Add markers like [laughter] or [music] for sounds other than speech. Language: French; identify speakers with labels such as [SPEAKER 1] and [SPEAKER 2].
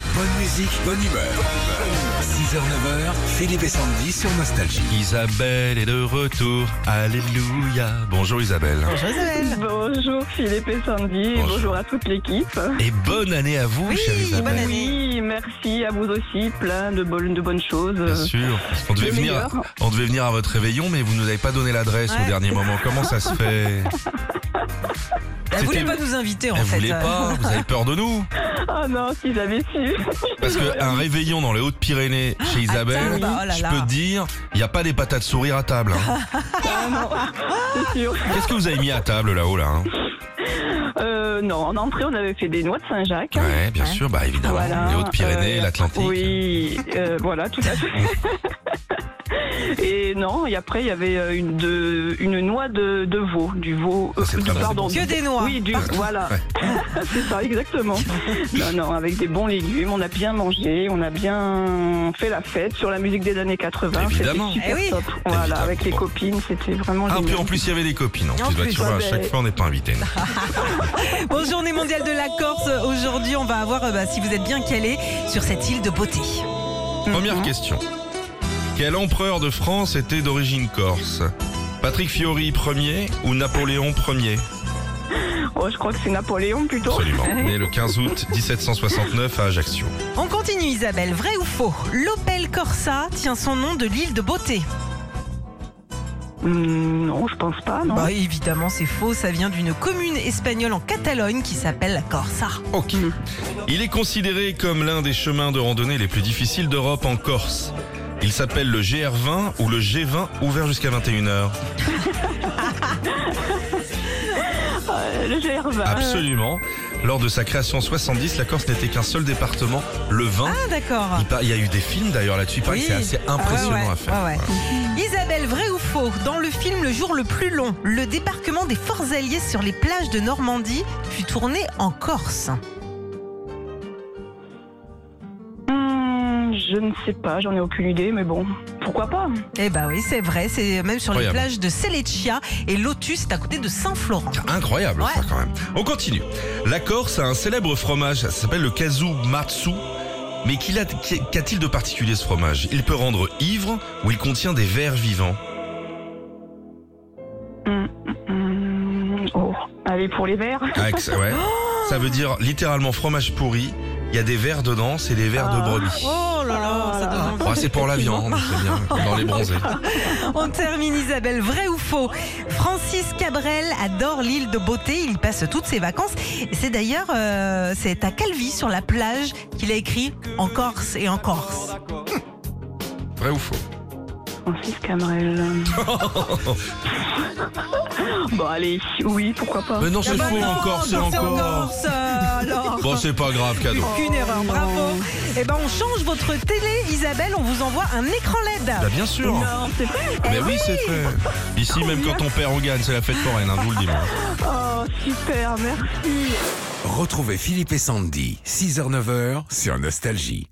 [SPEAKER 1] Bonne musique, bonne humeur. 6h, 9h, Philippe et Sandy sur Nostalgie.
[SPEAKER 2] Isabelle est de retour. Alléluia. Bonjour Isabelle.
[SPEAKER 3] Bonjour Isabelle.
[SPEAKER 4] Bonjour Philippe et Sandy,
[SPEAKER 2] Bonjour.
[SPEAKER 4] bonjour, bonjour à toute l'équipe.
[SPEAKER 2] Et bonne année à vous,
[SPEAKER 3] Oui,
[SPEAKER 2] chère Isabelle.
[SPEAKER 3] bonne année.
[SPEAKER 4] Oui, merci à vous aussi, plein de, bonnes- de bonnes choses.
[SPEAKER 2] Bien sûr. On devait,
[SPEAKER 4] Le
[SPEAKER 2] venir,
[SPEAKER 4] meilleur.
[SPEAKER 2] on devait venir à votre réveillon, mais vous nous avez pas donné l'adresse au
[SPEAKER 3] Ouais.
[SPEAKER 2] dernier moment. Comment ça
[SPEAKER 3] [laughs]
[SPEAKER 2] se fait
[SPEAKER 3] Elle
[SPEAKER 2] C'était-
[SPEAKER 3] voulait pas nous inviter en
[SPEAKER 2] Vous
[SPEAKER 3] fait. euh, hein.
[SPEAKER 2] voulez pas Vous avez peur de nous
[SPEAKER 4] Ah non, si j'avais
[SPEAKER 2] [laughs]
[SPEAKER 4] su.
[SPEAKER 2] Parce qu'un réveillon dans les Hautes-Pyrénées chez Isabelle,
[SPEAKER 3] Ah, attends, bah, oh là
[SPEAKER 2] je
[SPEAKER 3] là.
[SPEAKER 2] peux te dire, il n'y a pas des patates sourires à table.
[SPEAKER 3] [laughs]
[SPEAKER 2] hein.
[SPEAKER 4] Ah non, c'est sûr.
[SPEAKER 2] Qu'est-ce que vous avez mis à table là-haut là hein
[SPEAKER 4] Euh, non, en entrée, on avait fait des noix de Saint-Jacques.
[SPEAKER 3] Hein?
[SPEAKER 2] Ouais, bien
[SPEAKER 3] Ouais.
[SPEAKER 2] sûr, bah évidemment.
[SPEAKER 3] Ah,
[SPEAKER 4] Voilà,
[SPEAKER 2] Les Hautes-Pyrénées,
[SPEAKER 4] euh,
[SPEAKER 2] l'Atlantique.
[SPEAKER 4] Oui, euh, voilà, tout
[SPEAKER 2] [laughs]
[SPEAKER 4] à fait. [laughs] Et non, et après il y avait euh, une, de, une noix de, de veau, du veau, euh,
[SPEAKER 2] Ça, Ah, c'est
[SPEAKER 4] du
[SPEAKER 2] très bon,
[SPEAKER 4] pardon,
[SPEAKER 3] Que des noix.
[SPEAKER 4] Oui, du, voilà. [laughs] c'est
[SPEAKER 3] [laughs]
[SPEAKER 4] ça, exactement. Non, non, avec des bons légumes, on a bien mangé, on a bien fait la fête sur la musique des années 80. c'était
[SPEAKER 2] Évidemment.
[SPEAKER 4] super
[SPEAKER 3] Eh oui.
[SPEAKER 4] top. Voilà,
[SPEAKER 2] Évidemment.
[SPEAKER 4] avec les copines, c'était vraiment
[SPEAKER 2] Ah, puis
[SPEAKER 4] génial.
[SPEAKER 2] en plus, il y avait des copines. En
[SPEAKER 3] En
[SPEAKER 2] plus, bah,
[SPEAKER 3] plus,
[SPEAKER 2] tu vois, à
[SPEAKER 4] ouais,
[SPEAKER 2] chaque
[SPEAKER 4] ben-
[SPEAKER 2] fois, on n'est pas invité. nous.
[SPEAKER 3] Bonne journée mondiale de la Corse. Aujourd'hui, on va avoir, euh, bah, si vous êtes bien calé, sur cette île de beauté.
[SPEAKER 2] Première question. Quel empereur de France était d'origine corse Patrick Fiori Ier ou Napoléon Ier
[SPEAKER 4] Oh, je crois que c'est Napoléon plutôt.
[SPEAKER 2] Absolument. Né le 15 août 1769 à Ajaccio.
[SPEAKER 3] On continue Isabelle, vrai ou faux L'Opel Corsa tient son nom de l'île de beauté.
[SPEAKER 4] [laughs] Hmm, non, je pense pas, non.
[SPEAKER 3] Bah évidemment c'est faux, ça vient d'une commune espagnole en Catalogne qui s'appelle la Corsa.
[SPEAKER 2] Ok. Il est considéré comme l'un des chemins de randonnée les plus difficiles d'Europe en Corse. Il s'appelle le GR20 ou le G20 ouvert jusqu'à 21h.
[SPEAKER 4] Euh, le GR20.
[SPEAKER 2] Absolument. Lors de sa création en 70, la Corse n'était qu'un seul département, le 20.
[SPEAKER 3] Ah d'accord.
[SPEAKER 2] Il par- il y a eu des films d'ailleurs là-dessus, il paraît que
[SPEAKER 3] Oui.
[SPEAKER 2] c'est assez impressionnant
[SPEAKER 3] Ah ouais, ouais.
[SPEAKER 2] à faire.
[SPEAKER 3] Ouais, ouais. Isabelle, vrai ou faux Dans le film Le jour le plus long, le débarquement des forces alliées sur les plages de Normandie fut tourné en Corse.
[SPEAKER 4] Hmm, je ne sais pas, j'en ai aucune idée, mais bon, pourquoi pas
[SPEAKER 3] Eh bah oui, c'est vrai, c'est même sur les
[SPEAKER 2] Incroyable.
[SPEAKER 3] plages de Selechia et Lotus, c'est à côté de Saint-Florent.
[SPEAKER 2] Incroyable
[SPEAKER 3] Ouais.
[SPEAKER 2] ça quand même. On continue. La Corse a un célèbre fromage, ça s'appelle le Kazu Matsu. Mais qu'il a- qu'y- qu'a-t-il de particulier ce fromage Il peut rendre ivre ou il contient des vers vivants
[SPEAKER 4] Hmm, hmm, Oh, allez pour les verts.
[SPEAKER 2] Ah, ex-
[SPEAKER 3] [gasps]
[SPEAKER 2] ouais.
[SPEAKER 3] Oh
[SPEAKER 2] Ça veut dire littéralement fromage pourri, il y a des vers dedans, c'est des vers de
[SPEAKER 4] Ah.
[SPEAKER 2] brebis.
[SPEAKER 3] Oh là là, ça donne envie.
[SPEAKER 2] Ah, c'est pour la viande, c'est bien, comme dans les
[SPEAKER 3] [laughs]
[SPEAKER 2] bronzés.
[SPEAKER 3] On termine Isabelle, vrai ou faux Francis Cabrel adore l'île de beauté, il passe toutes ses vacances. Et C'est d'ailleurs, euh, c'est à Calvi sur la plage qu'il a écrit En Corse et en Corse.
[SPEAKER 2] Vrai ou faux
[SPEAKER 4] Francis Cabrel. bon, allez, oui, pourquoi pas.
[SPEAKER 2] Mais non, c'est
[SPEAKER 3] Ah bah
[SPEAKER 2] faux,
[SPEAKER 3] non,
[SPEAKER 2] encore, c'est
[SPEAKER 3] non, en
[SPEAKER 2] encore.
[SPEAKER 3] Corse,
[SPEAKER 2] [laughs]
[SPEAKER 3] euh, alors.
[SPEAKER 2] Bon, c'est pas grave, cadeau.
[SPEAKER 3] Aucune erreur, bravo. Eh ben, on change votre télé, Isabelle, on vous envoie un écran E LED.
[SPEAKER 2] Bah, bien sûr.
[SPEAKER 4] Non, c'est pas.
[SPEAKER 2] Mais oui, c'est fait. Ici, même quand on perd, on gagne, c'est la fête foraine, hein, vous le dimanche.
[SPEAKER 4] Oh, super, merci.
[SPEAKER 1] Retrouvez Philippe et Sandy, 6h, 9h sur Nostalgie.